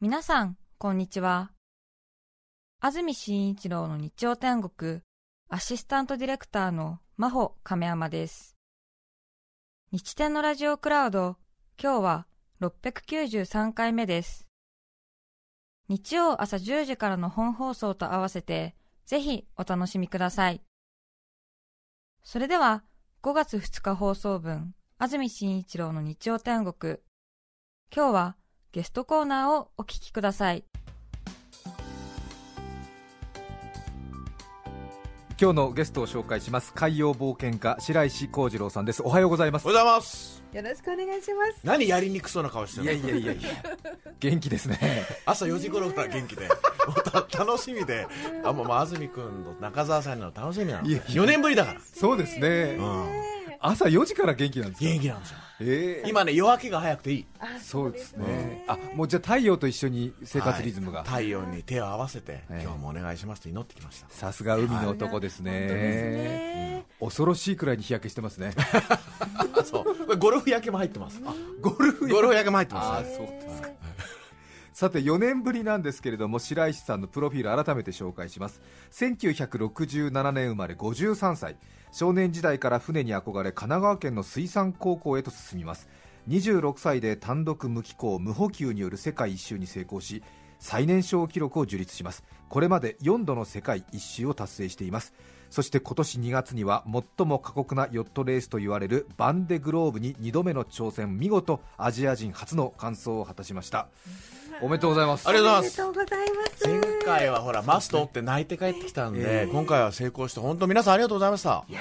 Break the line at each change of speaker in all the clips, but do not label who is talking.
皆さん、こんにちは。安住紳一郎の日曜天国、アシスタントディレクターの真帆亀山です。日天のラジオクラウド、今日は693回目です。日曜朝10時からの本放送と合わせて、ぜひお楽しみください。それでは、5月2日放送分、安住紳一郎の日曜天国。今日はゲストコーナーをお聞きください。
今日のゲストを紹介します海洋冒険家白石幸次郎さんですおはようございます
おはようございます
よろしくお願いします。
何やりにくそうな顔してるの
やいやいや元気ですね
朝4時頃から元気で もうた楽しみであもうまあ安住君と中澤さんの楽しみなの
いやいや
4年ぶりだから、
そうですね
うん、
朝4時から元気なんですか
元気なんですよ
ええ
今ね夜明けが早くていい
あ
そうですねあもうじゃあ太陽と一緒に生活リズムが
はい太陽に手を合わせて、
ええ
今日もお願いしますと祈ってきま した
さすが海の男です
本当です
ね
ね。
恐ろしいくらいに日焼けしてますね
あそうこれゴルフ焼けも入ってますあ
ゴルフ
ゴルフ焼けも入って
あ
ま
あ
す
そうですかさて4年ぶりなんですけれども白石さんのプロフィール改めて紹介します1967年生まれ53歳少年時代から船に憧れ神奈川県の水産高校へと進みます26歳で単独無寄港無補給による世界一周に成功し最年少記録を樹立しますこれまで4度の世界一周を達成していますそして今年2月には最も過酷なヨットレースと言われるバンデグローブに2度目の挑戦見事アジア人初の完走を果たしましたおめでとうございます
ありがとうござい
お
ま
めですとうございます。
前回はほらマストって泣いて帰ってきたんで、
ええ
今回は成功して本当皆さんありがとうございました
素晴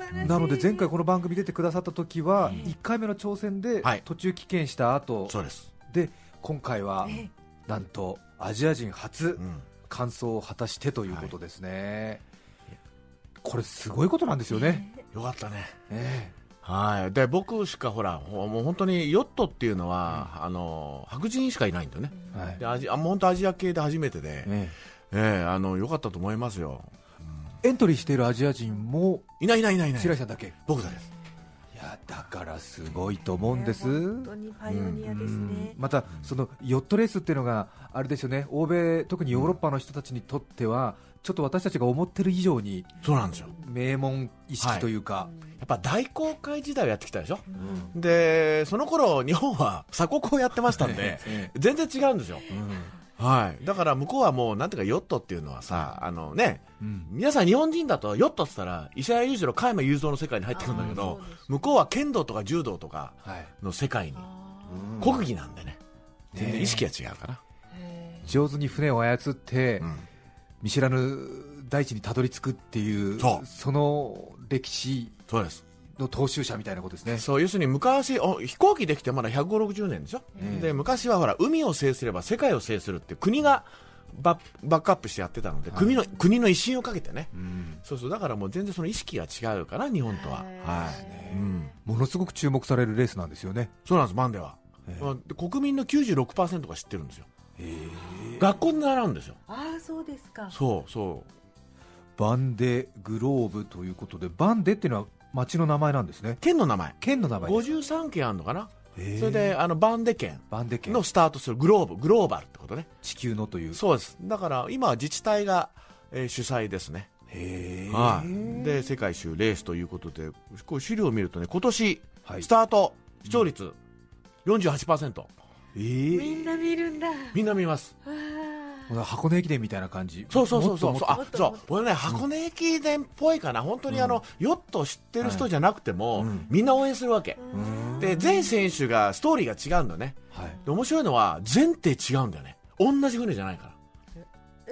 らしい
なので前回この番組出てくださった時は1回目の挑戦で
はい
途中棄権した後
そうです、
で今回は
え
なんとアジア人初
うん、
完走を果たしてということですね、これすごいことなんですよね、
よかったね
え
はい、で僕しかほら、ほもう本当にヨットっていうのは、あの白人しかいないんだよね、
えはい
でアジあもう本当、アジア系で初めてで、え
え
えあのよかったと思いますよ、
えエントリーしているアジア人も
いないいないいないいな
白
い、
石さんだけ、い
僕だです、
やだからすごいと思うんです、
本当にパイオニアです
うん
ね。
またそのヨットレースっていうのがあれですよね欧米特にヨーロッパの人たちにとっては、ちょっと私たちが思ってる以上に
そうなんですよ、や
名門意識というか、
っぱ大航海時代をやってきたでしょ、
うん
でその頃日本は 鎖国をやってましたん で、
え
全然違うんですよ、
えうん
はい、だから向こうはもう、なんていうか、ヨットっていうのはさ、あのね、
うん
皆さん、日本人だとヨットって言ったら、石原裕次郎、加山雄三の世界に入ってくるんだけど
あーそうで、す
向こうは剣道とか柔道とか。
はい
の世界に
あ
国技なんでね、
ね
全然意識が違うから、
ーへ
上手に船を操って、
うん
見知らぬ大地にたどり着くっていう
そう
の歴史
そうです
の踏襲者みたいなことですね
そう要するに昔お飛行機できてまだ1 5 6 0年でしょ、
うん
で昔はほら海を制すれば世界を制するって国がバッバックアップしてやってたので、国の国の威信をかけてね、
うん
そうそうだからもう全然その意識が違うかな日本とは、
へー
はいうん、
ものすごく注目されるレースなんですよね
そうなんですマンデは、まあで国民の96%が知ってるんですよ学校で習うんですよ
ーあー、そうですか。
そうそう
バンデグローブということでバンデっていうのは町の名前なんですね
県の名前
県の名前です
53県あるのかな、
へー
それであのバンデ県
バンデ県
のスタートするグローブ、グローバルってことね。
地球のという
そうです。だから今は自治体が、えー主催ですね。
へー
はい。で、世界一周レースということで、こう資料を見るとね、今年、
はい
スタート、視聴率48%。
え
みんな見るんだ。わ
みんな見ます。
ー
ー箱根駅伝みたいな感じ
そうそうそうそう。
もっともっと
あ、そう。これね、箱根駅伝っぽいかな。本当にあの、ヨットを知ってる人じゃなくても、
うん
みんな応援するわけ。
うん
で、全選手が、ストーリーが違うんだよね。
はい
で面白いのは、全艇違うんだよね。同じ船じゃないから。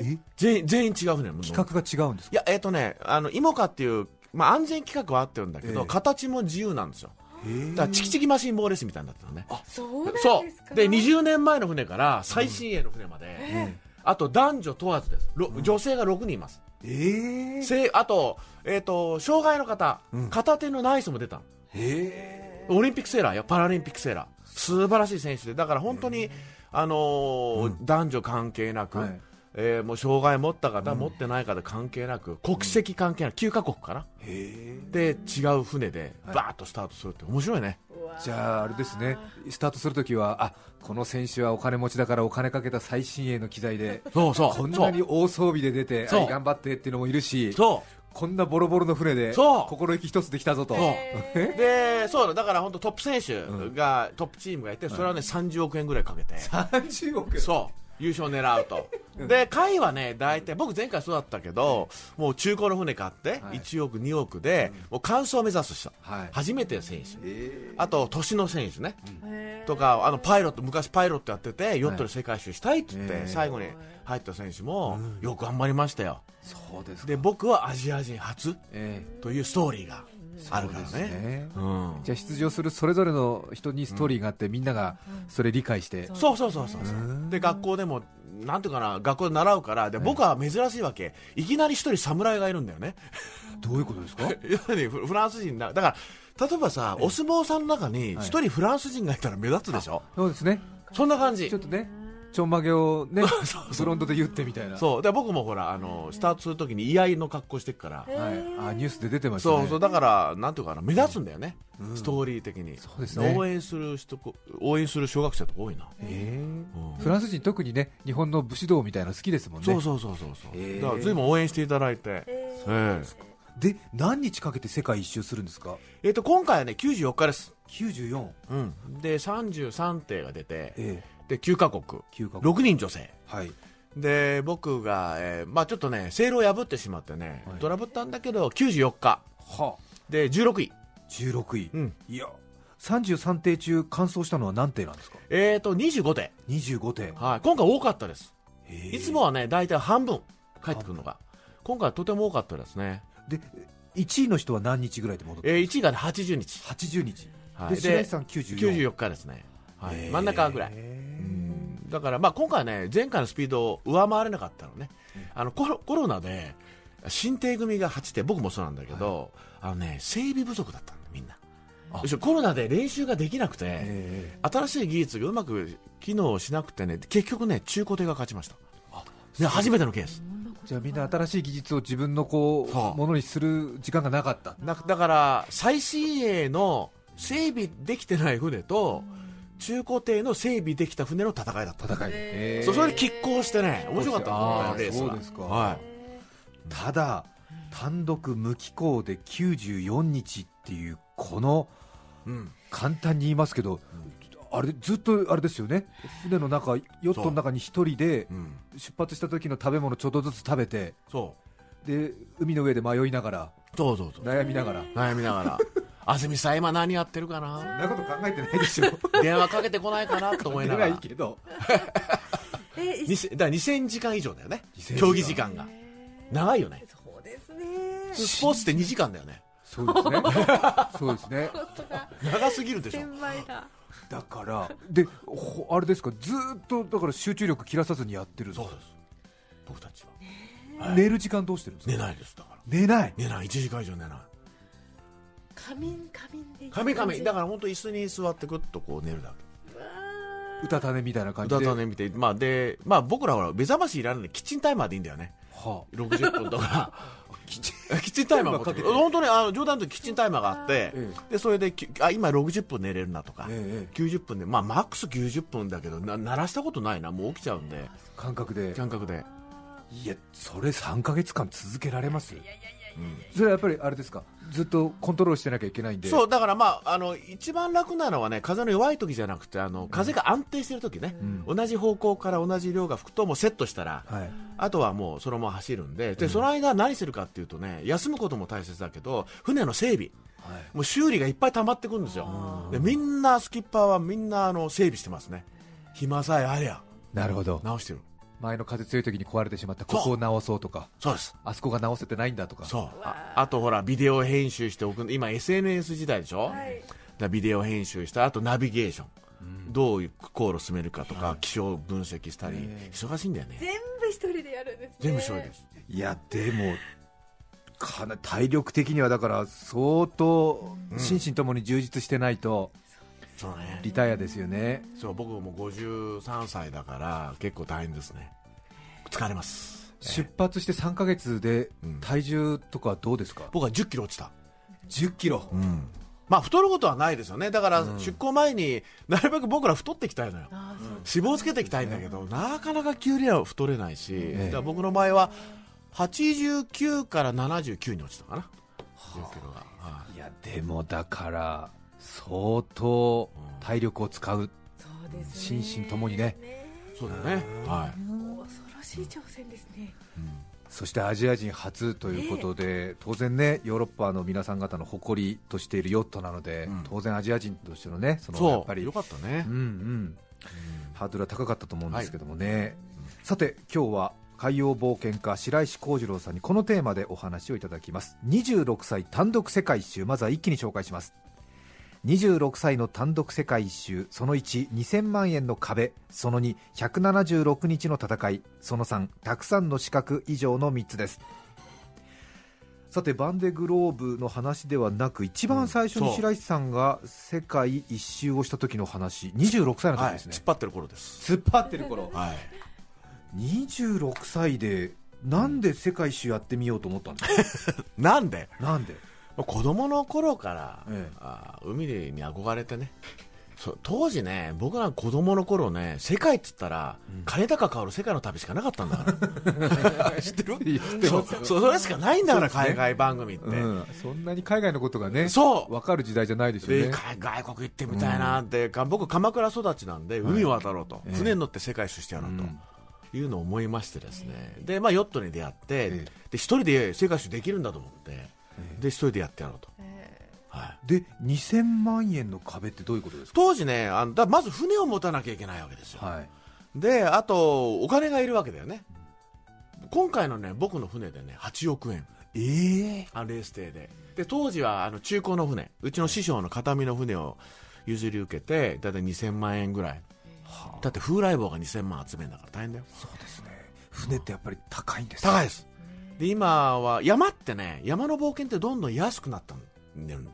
え
全員、全員違う船。
企画が違うんですか
いや、えっ、とね、あの、イモカっていう、まあ、安全規格は合ってるんだけど、
ええ
形も自由なんですよ。
へー
だから、チキチキマシンボーレースみたいになってたのね。
そうなんです
そ
か。
う。で、20年前の船から最新鋭の船まで、
え
あと男女問わずです。ろ女性が6人います。
えー
せいあと、えっ、と、障害の方、
うん
片手のない人も出たの。
へ
オリンピックセーラーやパラリンピックセーラー。素晴らしい選手で、だから本当に、あのー男女関係なく、
はい
えーもう障害持った方、
うん
持ってない方関係なく国籍関係なく9カ国かな
へえ
で違う船で
はい
バーッとスタートするって面白いね、
じゃああれですねスタートするときはあこの選手はお金持ちだからお金かけた最新鋭の機材で
そうそう
こん
そ
な
う
に大装備で出て
そう
はい頑張ってっていうのもいるし
そ
こんなボロボロの船で
そう
心意気一つできたぞと
そう
え
うでそうだだから本当トップ選手が、トップチームがいてそれはね30億円ぐらいかけて
30億
そう優勝狙うと、で会はね大体僕前回そうだったけど、もう中古の船買って
はい
1億2億で、もう完走を目指す人
はい
初めての選手
え
あと年の選手ね、
へー
とかあのパイロット昔パイロットやっててヨットで世界一周したいって言って、
はい
最後に入った選手もよく頑張りましたよ、
ーそうですか
で僕はアジア人初
え
というストーリー
ー
があるから
そうです
ねうん
じゃあ出場するそれぞれの人にストーリーがあって、みんながそれ理解して、
そうそうそうそうで学校でもなんていうかな学校で習うからで僕は珍しいわけいきなり一人侍がいるんだよね
どういうことですか
要するにフフランス人だだから例えばさお相撲さんの中に一人フランス人がいたら目立つでしょ、
そうですね
そんな感じ
ちょっとねちょんまげを ねブロンドで言ってみたいな
そうで僕もほらあのスタートするときに居合の格好してるから、
はい、あニュースで出てましたね
そうそうだからなんていうかな目立つんだよね、ストーリー的に
そうですね
応援する人こ応援する小学生とか多いな、
え
う
ー
ん
フランス人特にね日本の武士道みたいなの好きですもんね
そうそうそうそうそう、
へえ
だから随分応援していただいて、
えー
え
で何日かけて世界一周するんですか
ええーと今回はね94日です、
94
うん、で33艇が出て、
え
で9カ国
え9か
6人女性
はい
で僕が、えーまあ、ちょっとねセールを破ってしまってね、
はい
トラブったんだけど94日
は
で16位、
16位、
うん
いや33艇中完走したのは何艇なんですか
えー、と25艇、
25艇
はい、今回多かったです
えー
いつもはね大体半分帰ってくるのが今回はとても多かったですね、
で1位の人は何日ぐらいで戻って
えー、1位が、ね、80日、
80日、
はい、
で白石さん94
94日ですね、はい
えー
真ん中ぐらいうんだからまあ今回はね前回のスピードを上回れなかったのね、あのコロコロナで新艇組が8艇僕もそうなんだけど、あのね整備不足だったんだみんな
あ
要するにコロナで練習ができなくて、
えー
新しい技術がうまく機能しなくてね結局ね中古艇が勝ちましたね初めてのケース
じゃあみんな新しい技術を自分のこ
そう
うものにする時間がなかった
なだから最新鋭の整備できてない船と中古艇の整備できた船の戦いだった
戦い、
えー
そうそれで拮抗してね面白かった今回
あ
の
ー
レースは
そうですか
はい
ただ単独無機構で94日っていうこの
うん、
簡単に言いますけど、あれずっとあれですよね船の中ヨットの中に一人で
うん、
出発した時の食べ物ちょっとずつ食べて
そう
で海の上で迷いながら
そうそうそう
悩みながら
悩みながら「あずみさん今何やってるかな
そんなこと考えてないでしょ
電話かけてこないかな?」と思い
出
な
な
が
い
ら
けど
えーい
2000だから2000時間以上だよね
2000時間
競技時間が長いよね
そうですね
スポーツって2時間だよ ね
そうですねそうですね
長すぎるでしょ
千枚だ
だからでほあれですかずーっとだから集中力切らさずにやってるんです
そう
か
です僕たちは
寝る時間どうしてるんですか
寝ないですだから
寝ない
寝ない1時間以上寝ない
仮眠仮眠で
カミカミだから本当椅子に座ってくっとこう寝るだけ
うたた寝みたいな感
う
じ
た
で
た寝見て、まあでまあ、僕らはほら目覚ましいらないんでキッチンタイマーでいいんだよね
は
60分と か
きち
キッチン タイマー持ってくる本当にあの冗談とキッチンタイマーがあって
え
でそれできあ今60分寝れるなとか、
ええ
90分で、まあ、マックス90分だけどな鳴らしたことないなもう起きちゃうんで
感覚で
感覚で
いやそれ3か月間続けられますそれはやっぱりあれですかずっとコントロールしてなきゃいけないんで
そうだから、まあ、あの一番楽なのはね風の弱い時じゃなくてあの風が安定してる時ね、同じ方向から同じ量が吹くともうセットしたら、
はい
あとはもうそのまま走るんで、でその間何するかっていうとね、休むことも大切だけど、船の整備、
はい
もう修理がいっぱい溜まってくるんですよ。でみんなスキッパーはみんなあの整備してますね。暇さえありゃ
なるほど
直してる。
前の風強い時に壊れてしまった
そう
ここを直そうとか
そうです。
あそこが直せてないんだとか
そう。ああとほらビデオ編集しておく今 SNS 時代でしょ。
はい
だビデオ編集したあとナビゲーション。どういう航路進めるかとか気象分析したり忙しいんだよね
全部一人でやるんですね
全部処理です
いやでもかな体力的にはだから相当心身ともに充実してないと
そうね
リタイアですよね、
そう僕も53歳だから結構大変ですね疲れます、
出発して3ヶ月で
うん
体重とかどうですか、
僕は1 0キロ落ちた、
1 0キロ
まあ、太ることはないですよねだから
うん
出航前になるべく僕ら太っていきたいのよ
あーそう
脂肪をつけていきたいんだけど、なかなか急には太れないし、
え
だから僕の場合は89から79に落ちたかな10キロが、はい
いやでもだから相当体力を使う
そうですね
心身ともにね
そうだね、は
恐ろしい挑戦ですね
い
そしてアジア人初ということで、当然ねヨーロッパの皆さん方の誇りとしているヨットなので、
うん
当然アジア人としてのねそのやっ
そ
ぱ
う
り
よかったね
うん、うん、ハードルは高かったと思うんですけどもね、さて今日は海洋冒険家白石幸次郎さんにこのテーマでお話をいただきます26歳単独世界一周まずは一気に紹介します26歳の単独世界一周その12000万円の壁その2176日の戦いその3たくさんの資格以上の3つですさてバンデグローブの話ではなく一番最初
うん
に
そう
白石さんが世界一周をした時の話26歳の
は
時
い、
ですね、
突っ張ってる頃です、
突っ張ってる頃
はい、
26歳でなんで世界一周やってみようと思ったんですか、
なんで
なんで、
子供の頃から、
ええ
あー海に憧れてね そう当時ね僕ら子供の頃ね世界っつったら、金高薫世界の旅しかなかったんだ から知ってる
いや 知って
そ
ま
う
すよ
そうそれしかないんだから、
そうですね
海外番組って、
うんそんなに海外のことがね
そう
分かる時代じゃないですよ
で
ね
海外国行ってみたいなって、か僕、鎌倉育ちなんで、海を渡ろうと、
ええ
船に乗って世界一周してやろう
うん
というのを思いまして、ですねで、まあ、ヨットに出会って、
え
で一人で世界一周できるんだと思って、で一人でやってやろうと、
えー
はい、
で2000万円の壁ってどういうことですか
当時ねあのだまず船を持たなきゃいけないわけですよ、
はい
であと、お金がいるわけだよね、今回のね僕の船でね8億円。
ええ
あのレース艇でで当時はあの中古の船うちの師匠の形見の船を譲り受けてだいたい2000万円ぐらいだって風来坊が2000万集めるんだから大変だよ
そうですね船ってやっぱり高いんです
高い
い
ですで今は山ってね山の冒険ってどんどん安くなったんで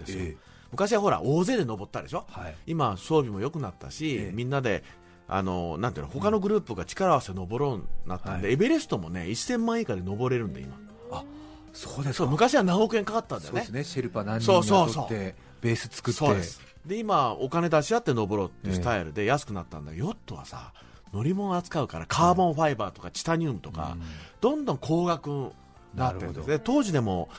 すよ、
ええ
昔はほら大勢で登ったでしょ
はい
今装備も良くなったし、
ええ
みんなであのなんていうの他のグループが力を合わせて登ろうになったんで、
はい
エベレストもね1000万以下で登れるんで今
そうです
そう
か
昔は何億円かかったんだ
そ
よ
うですねシェルパ何人
そうそう
雇
そう
ってベース作って
そうですで今お金出し合って登ろうっていうスタイルで安くなったんだけど、ヨットはさ乗り物扱うからカーボンファイバーとかチタニウムとか、どんどん高額になっ
なる
てるんで
ほ
す
ど
で当時でも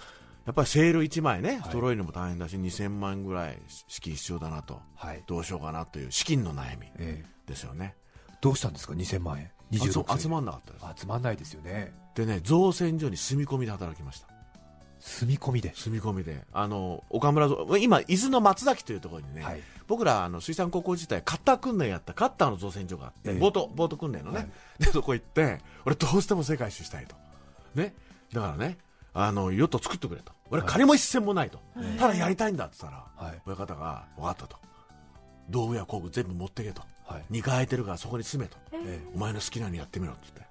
やっぱりセール1枚ね
い
揃えるのも大変だし、2000万円ぐらい資金必要だなと
はい
どうしようかなという資金の悩み
え
ですよね
えどうしたんですか2000万円26歳
集集まんなかったです
集まんないですよね
でね造船所に住み込みで働きました
住み込みで
住み込みであの岡村造今伊豆の松崎というところにね、
はい
僕らあの水産高校時代カッター訓練やったカッターの造船所があって、
ええ
ボートボート訓練のね、
はい
でそこ行って俺どうしても世界一周したいとねだからねあのヨット作ってくれと俺
はい
金も一銭もないと、
ええ
ただやりたいんだって言ったら
はい
親方が分かったと道具や工具全部持ってけと
はい
2階空いてるからそこに住めと
え
お前の好きなようにやってみろって言って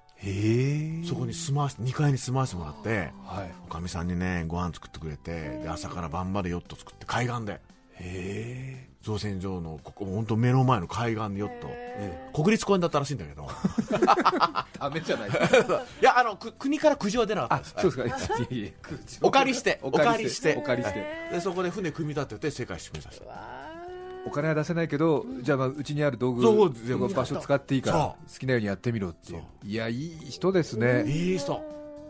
え
そこに住まわし2階に住まわせてもらって
はい
おかみさんにねご飯作ってくれてで朝から晩までヨット作って海岸で
へ
造船所のここ本当目の前の海岸でヨット、
え
国立公園だったらしいんだけど
えダメじゃない
いやあのく国から苦情は出なかった
あ
です
そうですかいやいや
お借りして
お借りして
お
お借りし
ー
て
え
でそこで船組み立てて世界一周目指した
ーわー
お金は出せないけどじゃあまあうちにある道具
そう全部
場所使っていいから
そ
好きなようにやってみろっていう
そ
いやいい人ですね
いい人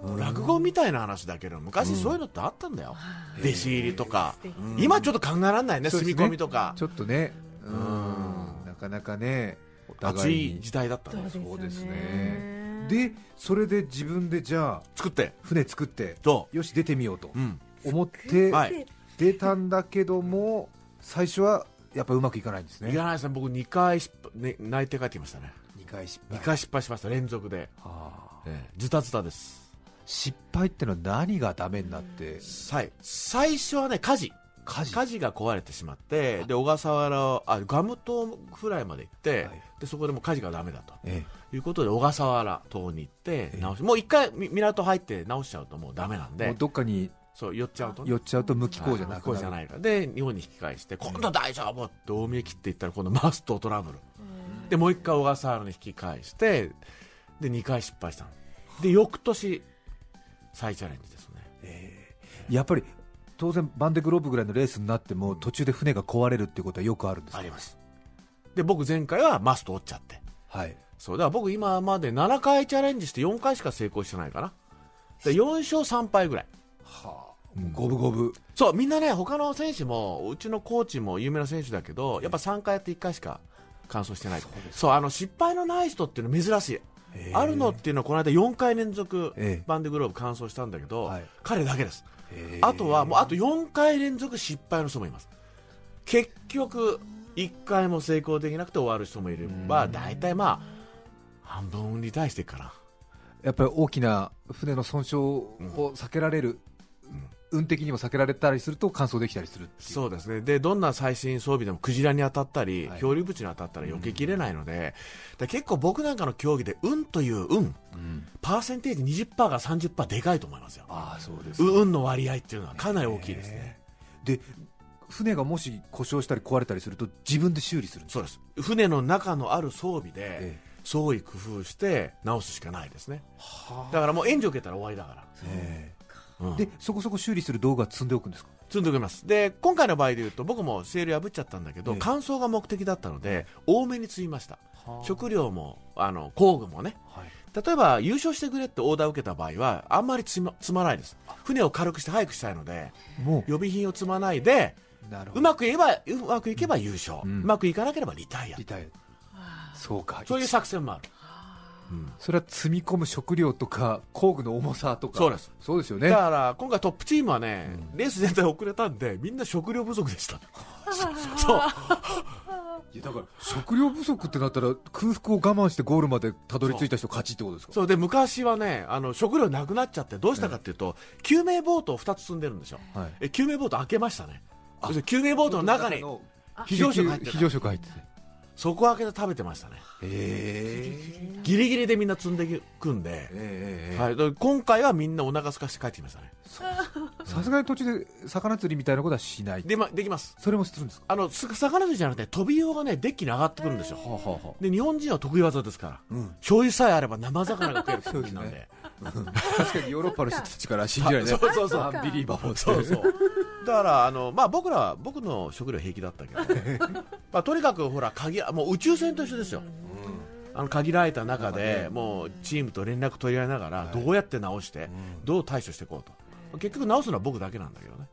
もう落語みたいな話だけど昔そういうのってあったんだよ、弟子入りとか、うん今ちょっと考えられないね
そうです
住
ね
み込みとか
ちょっとねうんなかなかねお
熱
互い
い
に
時代だったね
そうですねでそれで自分でじゃあ
作って
船作って
そ
よし出てみようと
う、うん、
思って
はい
出たんだけども最初はやっぱうまくいかないんです
い
ね
らないですね僕2回失敗、ね、泣いて帰ってきましたね
2回失敗
2回失敗しました連続で、
はあ
ええズタズタです
失敗ってのは何がダメになって
最最初はね火事
火事
火事が壊れてしまってで小笠原あガム島フライまで行って、
はい
でそこでもう火事がダメだと
え
いうことで小笠原島に行って
え
直しもう一回み港入って直しちゃうともうダメなん
えも
で
うどっかに
そう寄っちゃうとね
寄っちゃうと無機
はい
工じゃなく
向こう
な
じゃ
る
ないからで日本に引き返して今度は大丈夫って大見え切っていったら今度マストトラブルでもう一回小笠原に引き返してで2回失敗したので翌年再チャレンジですね
えーやっぱり当然バンデグローブぐらいのレースになっても途中で船が壊れるっていうことはよくあるんですか
ありますで僕前回はマスト折っちゃって
はい
そうだから僕今まで7回チャレンジして4回しか成功してないかなで4勝3敗ぐらい
はあもう五分五分
そうみんなね他の選手もうちのコーチも有名な選手だけどやっぱ3回やって1回しか完走してないそうあの失敗のない人っていうの珍しいあるのっていうのはこの間4回連続
ええ
バンデグローブ完走したんだけど、
はい
彼だけです
えー
あとはもうあと4回連続失敗の人もいます結局1回も成功できなくて終わる人もいれば大体まあ半分に対していくかな
やっぱり大きな船の損傷を避けられる、運的にも避けられたりすると乾燥できたりするっていう
そうですねでどんな最新装備でもクジラに当たったり、
はい
漂流物に当たったら避けきれないので、で結構僕なんかの競技で運という運パーセンテージ20%から30%でかいと思いますよ
ああそうです
う
ね
運の割合っていうのはかなり大きいですね、
で船がもし故障したり壊れたりすると自分で修理するんです
そうです船の中のある装備で
ええ
創意工夫して直すしかないですねだからもう援助受けたら終わりだか
え
ら、うん、
えでそこそこ修理する道具は積んでおくんですか
積んでおきますで今回の場合でいうと僕もセール破っちゃったんだけど、
ええ
乾燥が目的だったので多めに積みました食料もあの工具もね
はい
例えば優勝してくれってオーダーを受けた場合はあんまり積ま積まないです船を軽くして早くしたいので
も
予備品を積まないで
うなる
うまく言えばうまくいけば優勝、う
うん
まくいかなければリタイア
リタイアそうか
そういう作戦もある、うん
それは積み込む食料とか工具の重さとか
そうです
そうですよ
だ
ね
から今回トップチームはね、レース全体遅れたんでみんな食料不足で したそうそう
いやだから食料不足ってなったら空腹を我慢してゴールまでたどり着いた人勝ちってことですか
そうで昔はねあの食料なくなっちゃってどうしたかっていうと、救命ボートを2つ積んでるんですよ
はい
え救命ボート開けましたねそして救命ボートの中に非常食入ってた
非常食入ってて
そこ開けて食べてましたね
え
ギリギリでみんな積んでくんで、
え
はい、で今回はみんなお腹空かして帰ってきましたね
さすがに途中で魚釣りみたいなことはしない
で,、ま、できます
それもするんですか
あのす魚釣りじゃなくて飛び用がねデッキに上がってくるんですよ、
はあはあは
で日本人は得意技ですから、
うん
醤油さえあれば生魚が食えるって感じなんで
あ確かにヨーロッパの人たちから信じられない
そうそうそう
アンビリーバボーって
そうそうだからあの、まあ、僕らは僕の食料平気だったけど、まあ、とにかくほら限らもう宇宙船と一緒ですよ、あの限られた中で、もうチームと連絡取り合いながら、どうやって直して、どう対処していこうと、結局直すのは僕だけなんだけどね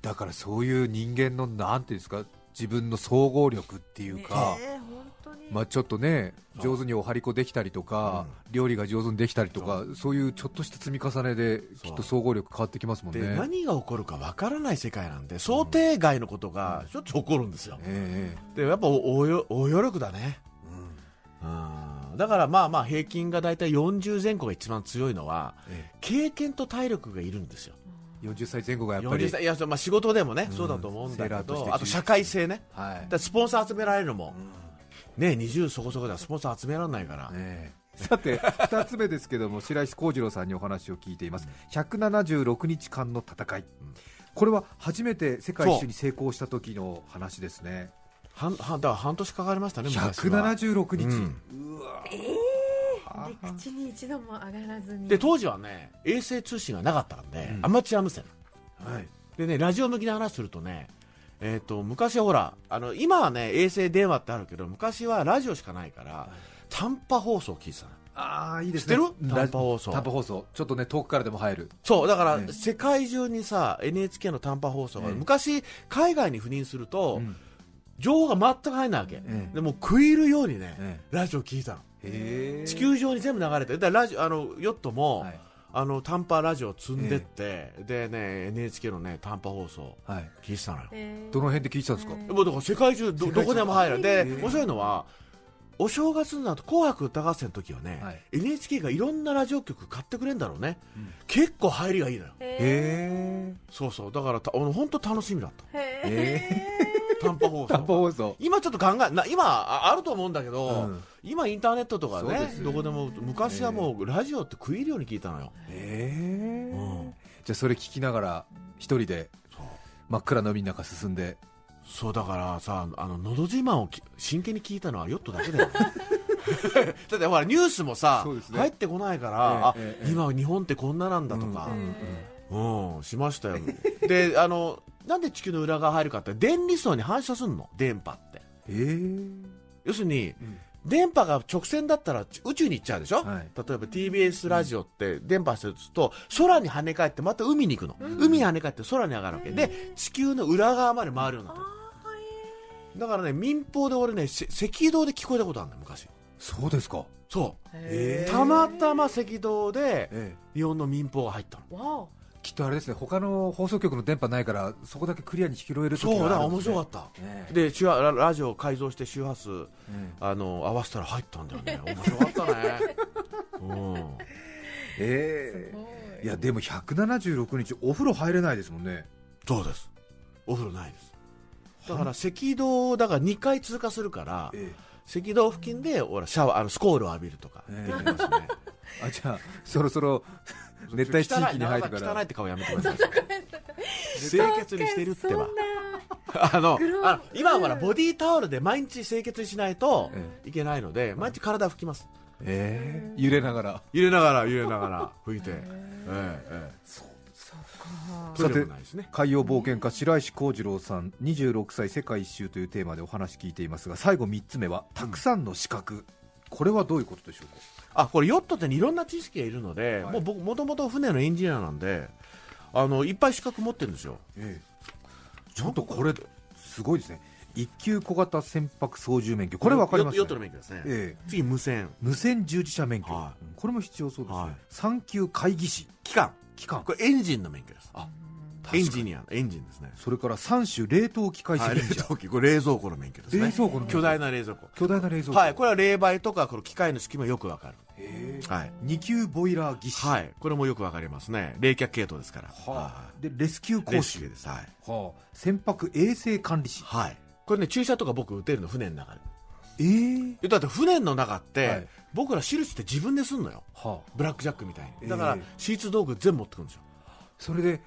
だからそういう人間のなんていうんですか自分の総合力っていうか、
え本当に
まあ、ちょっとね上手にお張り子できたりとか、料理が上手にできたりとかそういうちょっとした積み重ねできっと総合力変わってきますもん
で
ね。ね
何が起こるかわからない世界なんで想定外のことがしょっちゅう起こるんですよ、
え
でやっぱおおよおよ力だね、うんだからまあまあ平均が大体40前後が一番強いのは
ええ
経験と体力がいるんですよ
え40歳前後がやっぱり
40歳いやそうまあ仕事でもね、そうだと思うんだ
セーラ
け
ーとして厳
ど
しい
あと社会性ね
はい
だからスポンサー集められるのも、ね20そこそこではスポンサー集められないから、
ええさて 2つ目ですけども白石幸次郎さんにお話を聞いています176日間の戦いこれは初めて世界一周に成功した時の話ですね
半半だから半年かかりましたね昔は
176日、
で口に一度も上がらずに
で当時はね衛星通信がなかったんで、アマチュア無線
はい
でね、ラジオ向きの話するとね、えー、と昔はほらあの今はね衛星電話ってあるけど昔はラジオしかないから短波放送を聞いてたの
ああいいです
知
ね
ってる
ラ
短波放送
短波放送ちょっとね遠くからでも入る
そうだから、
ええ
世界中にさ NHK の短波放送が、
ええ
昔海外に赴任すると、
うん
情報が全く入らないわけ、
ええ
でもう食い入るようにね、
え
ラジオ聞いたの
へえ
地球上に全部流れてだからラジオあのヨットも、
はい
あの短波ラジオを積んでって、でね NHK のね短波放送
はい
聞いてたのよ
えー
どの辺で聞いてたんですか、
もうだから世界中ど
世界中
どこでも入るで
えー
面白いのはお正月になると「紅白歌合戦」の時はね、
はい
NHK がいろんなラジオ局買ってくれるんだろうね、
ん
結構入りがいいのよ
え
へ
そうそうだからたあの本当楽しみだ った
ーえ
ええ
短波放
短波
送
放送
今ちょっと考えな今ああると思うんだけど、
うん
今インターネットとか
そうで
ね
すよ
どこでも昔はもうラジオって食い入るように聞いたのよ、
ええ
うん
じゃあそれ聞きながら一人で
そう
真っ暗の海の中進んで
そうだからさ「あののど自慢」をき真剣に聞いたのはヨットだけだよね だってほらニュースもさ、
そうですね
入ってこないから、
ええええ
あ今日本ってこんななんだとか
う、
ん
うん、し ましたよ。で、あの、なんで地球の裏側入るかって、電離層に反射すんの、電波って。
えー
要するに、電波が直線だったらち宇宙に行っちゃうでしょ、
はい
例えば TBS ラジオって電波すると、空に跳ね返ってまた海に行くの。海に跳ね返って空に上がるわけ。で、地球の裏側まで回るようになってる。だからね、民放で俺ね、せ赤道で聞こえたことあるの、昔。
そうですか
そう。
えー
たまたま赤道で、
ええ
日本の民放が入ったの。
わ
きっとあれですね他の放送局の電波ないからそこだけクリアに拾える
そう、だから面白か
っ
った。
た、ええ
で周波ララジオを改造して周波数
え
あの合わせたら入ったんだよ ね面白かったね、うん、
え
ーすごい
いやでも176日お風呂入れないですもんね
そうですお風呂ないですだから赤道だから2回通過するから
え
赤道付近でほらシャワーあのスコールを浴びるとか
え
できます ね
えあじゃあそろそろ熱帯地域に入るか
汚い汚い
ら
って顔やめてくだ さい清潔にしてるってば
そんな
あの
グロー
あの今はほらボディータオルで毎日清潔にしないと
え
いけないので毎日体拭きます
ええ揺れながら
入れながら入れながら拭いて、ええええ、
さ
トイレ
て
もないですね
海洋冒険家白石幸次郎さん26歳世界一周というテーマでお話聞いていますが最後3つ目はたくさんの資格、これはどういうことでしょうか
あこれヨットってねいろんな知識がいるので、
はい
もう僕もともと船のエンジニアなんであのいっぱい資格持ってるんですよ
ええ、ちょっとこれすごいですね一級小型船舶操縦免許これわかります、ね、
ヨットヨットの免許ですね、
ええ
次無線
無線従事者免許、
は
これも必要そうですね、
はい
三級会議士
機関
機関
これエンジンの免許です
あ
エンジニアのエンジンですね
それから三種冷凍機械
はい
責任
冷
者、
蔵機これ冷蔵庫の免許ですね
冷蔵庫の免許
巨大な冷蔵庫
巨大な冷蔵庫、
はいこれは冷媒とかこの機械の隙間よくわかる
ええ
はい、
二級ボイラー技師、
はい、これもよくわかりますね冷却系統ですから
はあ、でレスキュー
講
講
師
師、
ですはい、
はあ、船舶衛生管理士
はい、これね注射とか僕打てるの船の中で
ええ
えだって船の中って、
はい
僕ら手術って自分ですんのよ
はあ、
ブラックジャックみたい
ええ
にだから手術道具全部持ってくるんですよ
それで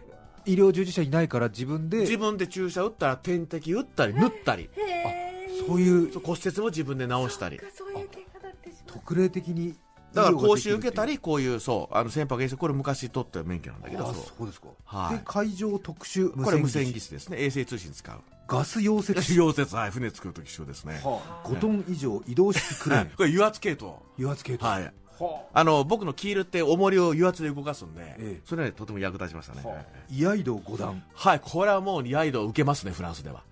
医療従事者いないから自分で
自分で注射打ったら点滴打ったり縫ったり
へー
そういう
そう骨折も自分で治したり
そういう怪我だってしまう
特例的に
だから
医療が
講
でき
習
るっ
受けたりこういうそうあの船舶衛生これ昔取った免許なんだ
てい
け
うあ
ど
あ
そう
そうですか、
はい
で海上特殊無
これ無
線
線
技
技
師
師ですね衛星通信使う
ガス溶接士
溶接はい船作るとき一緒ですね、
はあ、5トン以上移動式クレーン
これ油圧系統
油圧系統、
はい
はあ
あの僕のキールって重りを油圧で動かすんで、
ええ
それはねとても役立ちましたね、
居合道五段
はい、これはもう、居合道を受けますね、フランス では。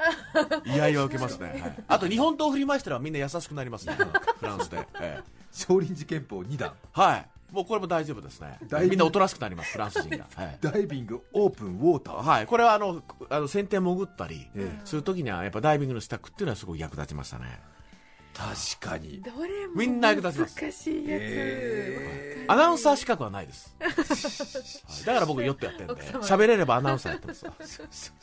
居合は受けますね。はいあと、日本刀を振り回したらみんな優しくなりますね、フラン スで。ええ
少林寺拳法2段
はい、もうこれも大丈夫ですね
大丈夫。
みんなおとなしくなります、フランス 人が。はい
ダイビングオープンウォーター
はい、これはあの、あの船底潜ったり
え
するときには、やっぱダイビングの支度っていうのはすごい役立ちましたね。
確かに
どれも
みんな役立ちます
難しいやつ、
え
アナウンサー資格はないです。はいだから僕、ヨットやってんで、
奥様
喋れればアナウンサーやっ てますわ。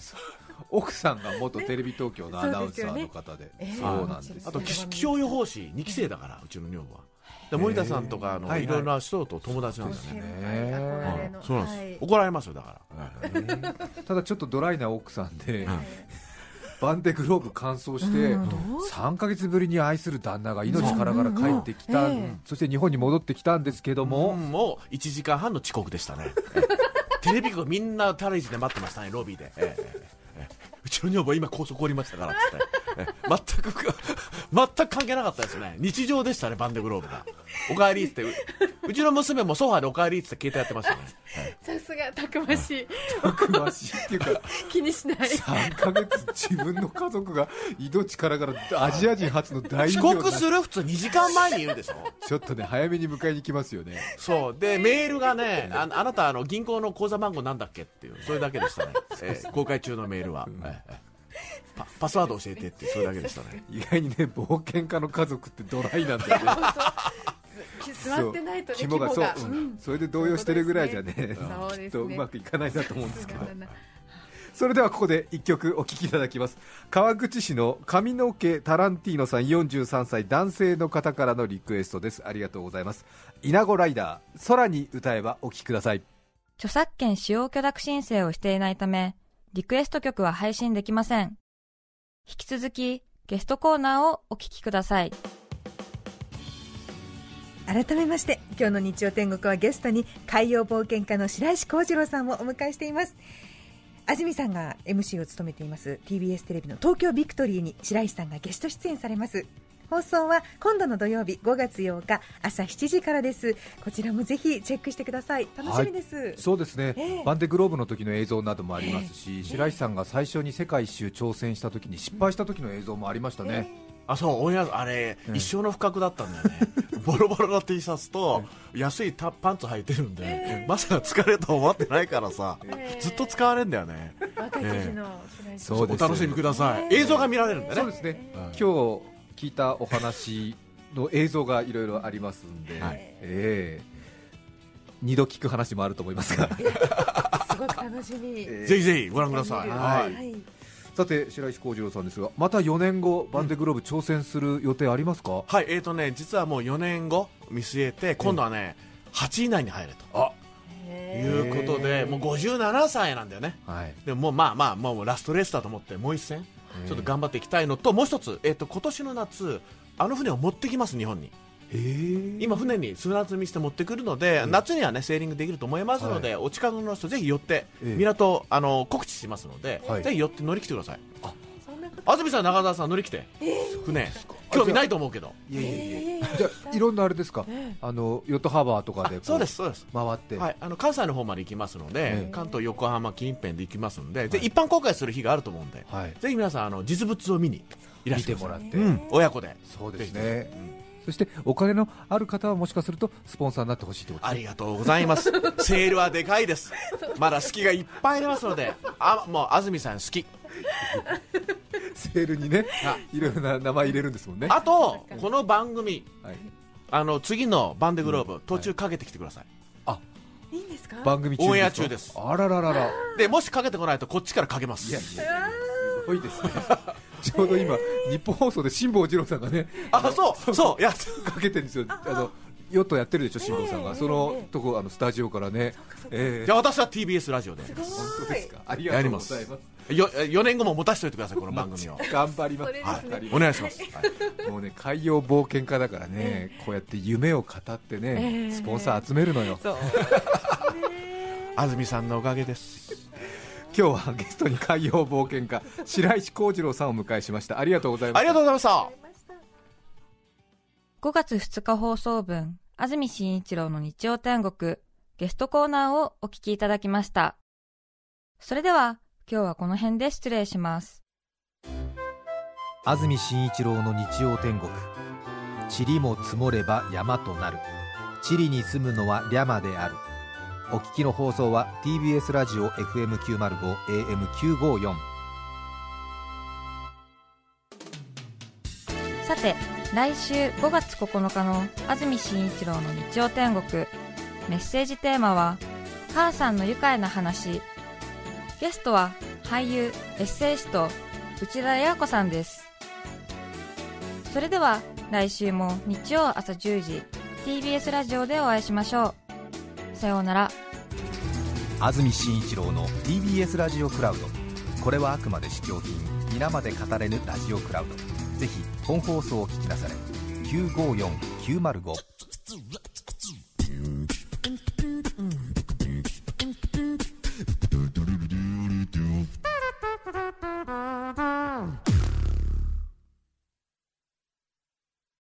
奥さんが元テレビ東京のアナウンサーの方で
そうですよね
そうなんですよ
あと気気象予報士2期生だから、うちの女房は。で森田さんとかあの、
はいはい
いろいろな人と友達なんだよ
先
ね。
輩憧れの、
そうなんです、
はい
怒られますよ、だから。
ただちょっとドライな奥さんで、
ん
バンデグローブ乾燥して、3ヶ月ぶりに愛する旦那が命からがら帰ってきた、
うんうんうんええ
そして日本に戻ってきたんですけど
も
も、
うもう1時間半の遅刻でした ね。ええテレビ局みんなタレジで待ってましたね、ロビーで。ええええええうちの女房今高速降りましたからっつってええ全くか全く関係なかったですね日常でしたねバンデグローブがおかえりってううちの娘もソファーでおかえりって携帯やってましたね、え
さすがたくましい
詳しいっていうか、
気にしない
3ヶ月自分の家族が命からがらアジア人初の
え
大偉
遅
業に
刻する普通2時間前に言うでしょ
ちょっとね、早めに迎えに来ますよね。
そうでメールが ね、ああなたあの銀行の口座番号なんだっけっていう、それだけでし たね、えー公開中のメールは、えーパ、パスワード教えてって、それだけでしたね、
意外にね、冒険家の家族ってドライなんだよね。
座ってないとね
肝
肝が
が
そ
そうう、うんそれで動揺してるぐらいじゃね
そういうことですねそうで
きっとう
すね
まくいかないなと思うんですけど
だな
それではここで一曲お聴きいただきます川口市の髪の毛タランティーノさん43歳男性の方からのリクエストですありがとうございます稲子ライダー空に歌えばお聴きください
著作権使用許諾申請をしていないため、リクエスト曲は配信できません。引き続き、ゲストコーナーをお聞きください。
改めまして今日の日曜天国はゲストに海洋冒険家の白石浩二郎さんをお迎えしています安住さんが MC を務めています TBS テレビの東京ビクトリーに白石さんがゲスト出演されます放送は今度の土曜日5月8日朝7時からですこちらもぜひチェックしてください楽しみです、
そうですね、
ええ
バンデグローブの時の映像などもありますし、白石さんが最初に世界一周挑戦した時に失敗した時の映像もありましたね、
あそうオンエアあれ、
うん
一生の不覚だったんだよね ボロボロの T シャツと安いタパンツ履いてるんで、まさか疲れると思ってないからさ、
えー
ずっと使われんだよね
若い時の白石さん
そうです
お楽しみください、映像が見られるんだ
そう
ね
ですね、
うん
今日聞いたお話の映像がいろいろありますんで、
はい
ええ二度聞く話もあると思いますが
すごく楽しみ。
ぜひぜひご覧ください、
はい
はい
さて白石浩二郎さんですがまた4年後バンデグローブ挑戦する予定ありますか、
はい、えーとね、実はもう4年後見据えて今度はね、8位以内に入れということでもう57歳なんだよね
はい
でももうまあまあもうラストレースだと思ってもう一戦ちょっと頑張っていきたいのともう一つ、えー、と今年の夏あの船を持ってきます日本に
えー
今船に砂積みして持ってくるので、夏にはねセーリングできると思いますので、お近くの人ぜひ寄って、
ええ
港あの告知しますので、
はい
ぜひ寄って乗り来てください
そんなこと
安住さん中澤さん乗り来て、船興味ないと思うけど
いやいやいやじゃあいろんなあれですか、あのヨットハーバーとか
あ
でこ
そうですそうです
回って、
はい、あの関西の方まで行きますので、
ええ
関東、横浜近辺で行きますので、ぜひ一般公開する日があると思うんで、
はい
ぜひ皆さんあの実物を見にいら
見
して
て
くだ
も
さ
ら
い
っ、て、
うん、親子で
そうです
ぜ
ね、そしてお金のある方はもしかするとスポンサーになってほしいってこと
あ
です
りがとうござい ますセールはでかいですまだ隙がいっぱいありますのであもう安住さん好き
セールにね
あ
いろいろな名前入れるんですもんね
あとこの番組
はい
あの次のバンデグローブ、途中かけてきてください、
いいんですか？
番組中
オンエア中です
あらららら
でもしかけてこないとこっちからかけます
いやいやいやすごいですね ちょうど今日本放送で辛坊治郎さんがね
あそうそういや
かけてるんですよあのヨットやってるでしょ辛坊さんが、
ええ
そのとこあのスタジオからねええ
じゃあ私は TBS ラジオで
本当ですかあり
や
がと
り
うご
ます
ざいます
よ4年後も持たせておいてくださいこの番組を
頑張ります
それですね
わかり
お
ま
願いします、はい
すもうね海洋冒険家だからね、こうやって夢を語ってね、
ええ
スポンサー集めるのよ
安住さんのおかげです
今日はゲストに海洋冒険家白石浩二郎さんをお迎えしましたありがとうございま
あ
し
り
た
がとうございました
5月2日放送分、安住紳一郎の日曜天国、ゲストコーナーをお聞きいただきました。それでは、今日はこの辺で失礼します。
安住紳一郎の日曜天国塵も積もれば山となる塵に住むのはリャマであるお聞きの放送は TBS ラジオ FM905AM954
さて来週5月9日の安住紳一郎の日曜天国メッセージテーマは「母さんの愉快な話」ゲストは俳優エッセイスト内田彩子さんですそれでは来週も日曜朝10時 TBS ラジオでお会いしましょうさようなら
安住紳一郎の TBS ラジオクラウドこれはあくまで試供品皆まで語れぬラジオクラウドぜひ本放送を聞きなされ954905